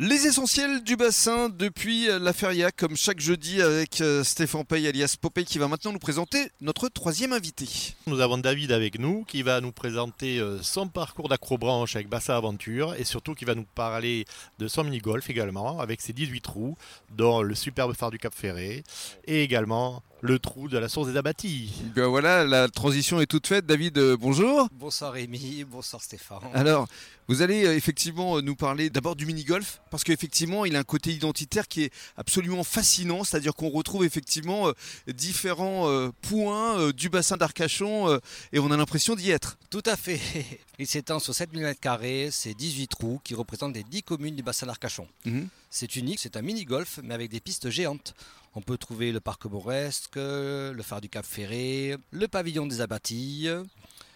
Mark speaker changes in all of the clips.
Speaker 1: Les essentiels du bassin depuis euh, la feria, comme chaque jeudi avec euh, Stéphane Paye alias Popeye qui va maintenant nous présenter notre troisième invité.
Speaker 2: Nous avons David avec nous qui va nous présenter euh, son parcours d'acrobranche avec Bassa Aventure et surtout qui va nous parler de son mini-golf également avec ses 18 trous dont le superbe phare du Cap Ferré et également le trou de la source des abattis.
Speaker 1: Ben voilà, la transition est toute faite. David, euh, bonjour.
Speaker 3: Bonsoir Rémi, bonsoir Stéphane.
Speaker 1: Alors, vous allez euh, effectivement euh, nous parler d'abord du mini-golf, parce qu'effectivement, il a un côté identitaire qui est absolument fascinant, c'est-à-dire qu'on retrouve effectivement euh, différents euh, points euh, du bassin d'Arcachon euh, et on a l'impression d'y être.
Speaker 3: Tout à fait. Il s'étend sur 7000 m2, c'est 18 trous qui représentent les 10 communes du bassin d'Arcachon.
Speaker 1: Mhm.
Speaker 3: C'est unique, c'est un mini-golf, mais avec des pistes géantes. On peut trouver le parc Mauresque, le phare du Cap Ferré, le pavillon des abattis.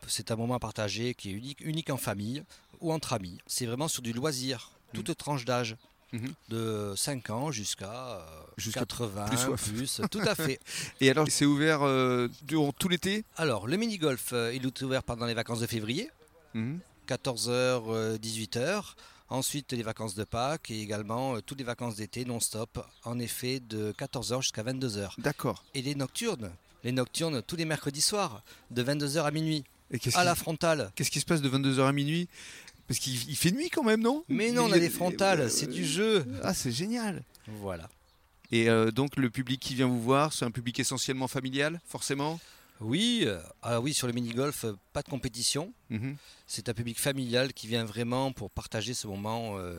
Speaker 3: C'est un moment partagé qui est unique, unique en famille ou entre amis. C'est vraiment sur du loisir, toute tranche d'âge.
Speaker 1: Mhm.
Speaker 3: De 5 ans jusqu'à euh,
Speaker 1: Jusqu'à
Speaker 3: 80,
Speaker 1: plus soif.
Speaker 3: plus, tout à fait.
Speaker 1: Et alors, c'est ouvert euh, durant tout l'été
Speaker 3: Alors, le mini-golf, euh, il est ouvert pendant les vacances de février,
Speaker 1: Mhm.
Speaker 3: 14h, 18h. Ensuite, les vacances de Pâques et également euh, toutes les vacances d'été non-stop, en effet, de 14h jusqu'à 22h.
Speaker 1: D'accord.
Speaker 3: Et les nocturnes Les nocturnes tous les mercredis soirs, de 22h à minuit,
Speaker 1: Et qu'est-ce
Speaker 3: à la
Speaker 1: qui-
Speaker 3: frontale.
Speaker 1: qu'est-ce qui se passe de 22h à minuit Parce qu'il il fait nuit quand même, non
Speaker 3: Mais non, on
Speaker 1: Il
Speaker 3: a
Speaker 1: y
Speaker 3: des frontales,
Speaker 1: euh,
Speaker 3: c'est du jeu.
Speaker 1: Ah, c'est génial.
Speaker 3: Voilà.
Speaker 1: Et euh, donc le public qui vient vous voir, c'est un public essentiellement familial, forcément.
Speaker 3: Oui, euh, ah oui, sur le mini-golf, euh, pas de compétition.
Speaker 1: Mhm,
Speaker 3: C'est un public familial qui vient vraiment pour partager ce moment euh,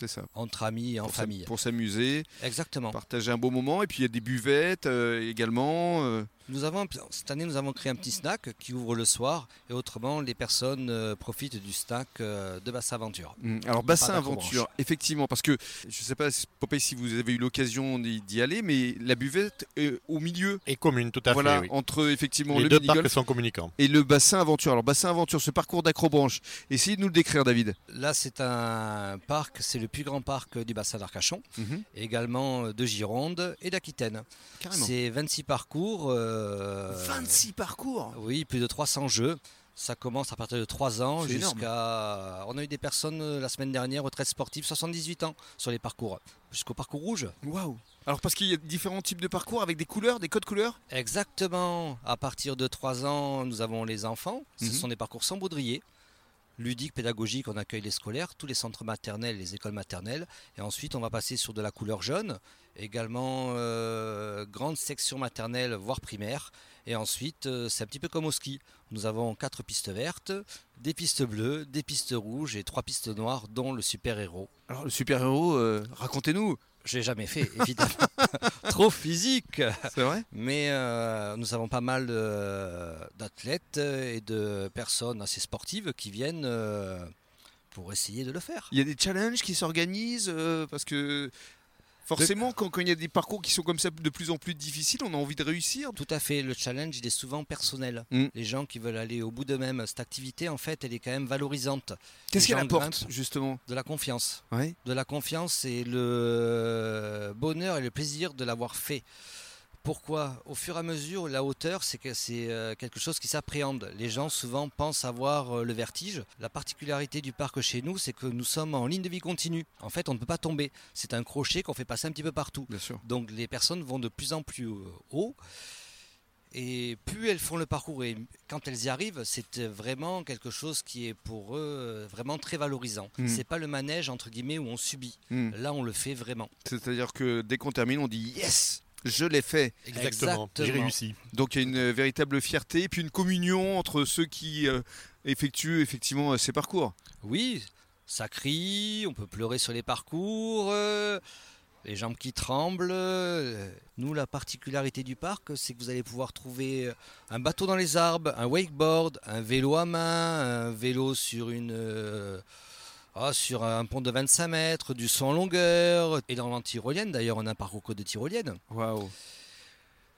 Speaker 1: c'est ça.
Speaker 3: entre amis et en
Speaker 1: pour s'am-
Speaker 3: famille.
Speaker 1: Pour s'amuser,
Speaker 3: Exactement.
Speaker 1: partager un beau moment. Et puis il y a des buvettes euh, également. euh.
Speaker 3: Nous avons, cette année, nous avons créé un petit snack qui ouvre le soir et autrement, les personnes euh, profitent du snack euh, de Basse Aventure.
Speaker 1: Mm. Alors bassin
Speaker 3: d'acrobranche.
Speaker 1: aventure, effectivement, parce que je ne sais pas, Popeye, si vous avez eu l'occasion d'y d'y aller, mais la buvette est au milieu.
Speaker 2: Et commune, tout à
Speaker 1: voilà,
Speaker 2: fait. oui.
Speaker 1: entre effectivement
Speaker 2: Les
Speaker 1: le
Speaker 2: deux
Speaker 1: mini-golf
Speaker 2: parcs sont communicants.
Speaker 1: et le bassin aventure. Alors bassin aventure, ce parcours d'acrobranche, essayez de nous le décrire, David.
Speaker 3: Là, c'est un parc, c'est le plus grand parc du bassin d'Arcachon,
Speaker 1: Mhm,
Speaker 3: et également euh, de Gironde et d'Aquitaine. C'est 26 parcours. euh,
Speaker 1: parcours
Speaker 3: Oui, plus de 300 jeux. Ça commence à partir de 3 ans
Speaker 1: C'est énorme.
Speaker 3: jusqu'à. On a eu des personnes euh, la semaine dernière, retraite sportive, 78 ans sur les parcours, jusqu'au parcours rouge.
Speaker 1: Waouh Alors parce qu'il y a différents types de parcours avec des couleurs, des codes couleurs
Speaker 3: Exactement. À partir de 3 ans, nous avons les enfants. Ce
Speaker 1: Mhm.
Speaker 3: sont des parcours sans baudrier. Ludique, pédagogique, on accueille les scolaires, tous les centres maternels, les écoles maternelles. Et ensuite, on va passer sur de la couleur jaune, également euh, grande section maternelle, voire primaire. Et ensuite, euh, c'est un petit peu comme au ski. Nous avons quatre pistes vertes, des pistes bleues, des pistes rouges et trois pistes noires, dont le super-héros.
Speaker 1: Alors le super-héros, euh, racontez-nous
Speaker 3: Je l'ai jamais fait, évidemment. Trop physique
Speaker 1: C'est vrai
Speaker 3: mais euh, nous avons pas mal euh, d'athlètes et de personnes assez sportives qui viennent euh, pour essayer de le faire.
Speaker 1: Il y a des challenges qui s'organisent euh, parce que forcément, quand quand il y a des parcours qui sont comme ça de plus en plus difficiles, on a envie de réussir.
Speaker 3: Tout à fait, le challenge il est souvent personnel.
Speaker 1: Mm.
Speaker 3: Les gens qui veulent aller au bout d'eux-mêmes, cette activité en fait elle est quand même valorisante.
Speaker 1: Qu'est-ce
Speaker 3: Les
Speaker 1: qu'elle
Speaker 3: gens
Speaker 1: apporte
Speaker 3: grimpent.
Speaker 1: justement
Speaker 3: De la confiance.
Speaker 1: ouais.
Speaker 3: De la confiance et le bonheur et le plaisir de l'avoir fait. Pourquoi Au fur et à mesure, la hauteur, c'est que c'est euh, quelque chose qui s'appréhende. Les gens souvent pensent avoir euh, le vertige. La particularité du parc chez nous, c'est que nous sommes en ligne de vie continue. En fait, on ne peut pas tomber. C'est un crochet qu'on fait passer un petit peu partout.
Speaker 1: Bien sûr.
Speaker 3: Donc les personnes vont de plus en plus euh, haut. Et plus elles font le parcours et quand elles y arrivent, c'est euh, vraiment quelque chose qui est pour eux euh, vraiment très valorisant.
Speaker 1: Mhm.
Speaker 3: C'est pas le manège entre guillemets où on subit.
Speaker 1: Mm.
Speaker 3: Là, on le fait vraiment.
Speaker 1: C'est-à-dire que dès qu'on termine, on dit yes, je l'ai fait.
Speaker 2: Exactement. J'ai
Speaker 3: Exactement.
Speaker 2: réussi.
Speaker 1: Donc il y a une euh, véritable fierté et puis une communion entre ceux qui euh, effectuent effectivement euh, ces parcours.
Speaker 3: Oui, ça crie, on peut pleurer sur les parcours, euh, les jambes qui tremblent. euh. Nous, la particularité du parc, c'est que vous allez pouvoir trouver euh, un bateau dans les arbres, un wakeboard, un vélo à main, un vélo sur une... euh, ah, sur un pont de 25 mètres, du saut en longueur, et dans tyrolienne d'ailleurs, on a un parcours que de tyrolienne,
Speaker 1: Waouh.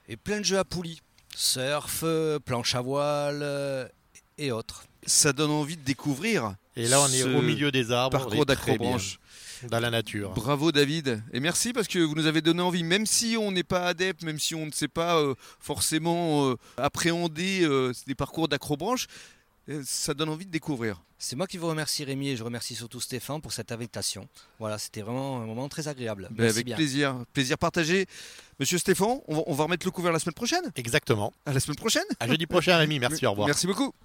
Speaker 3: et plein de jeux à poulies, surf, euh, planche à voile euh, et autres.
Speaker 1: Ça donne envie de découvrir
Speaker 2: Et là, on est
Speaker 1: Ce
Speaker 2: au milieu des arbres. on
Speaker 1: parcours
Speaker 2: est très
Speaker 1: d'acrobranche.
Speaker 2: bien Dans la nature.
Speaker 1: Bravo David et merci parce que vous nous avez donné envie, même si on n'est pas adepte, même si on ne sait pas euh, forcément euh, appréhender euh, des parcours d'acrobranche, euh, ça donne envie de découvrir.
Speaker 3: C'est moi qui vous remercie Rémi et je remercie surtout Stéphane pour cette invitation. Voilà, c'était vraiment un moment très agréable.
Speaker 2: Bah,
Speaker 1: Ben,
Speaker 3: Merci
Speaker 1: avec
Speaker 3: bien.
Speaker 1: plaisir, plaisir partagé. Monsieur Stéphane, on va, on va remettre le couvert la semaine prochaine
Speaker 2: Exactement.
Speaker 1: À la semaine prochaine
Speaker 2: À jeudi prochain, Rémi. Merci, au revoir.
Speaker 1: Merci beaucoup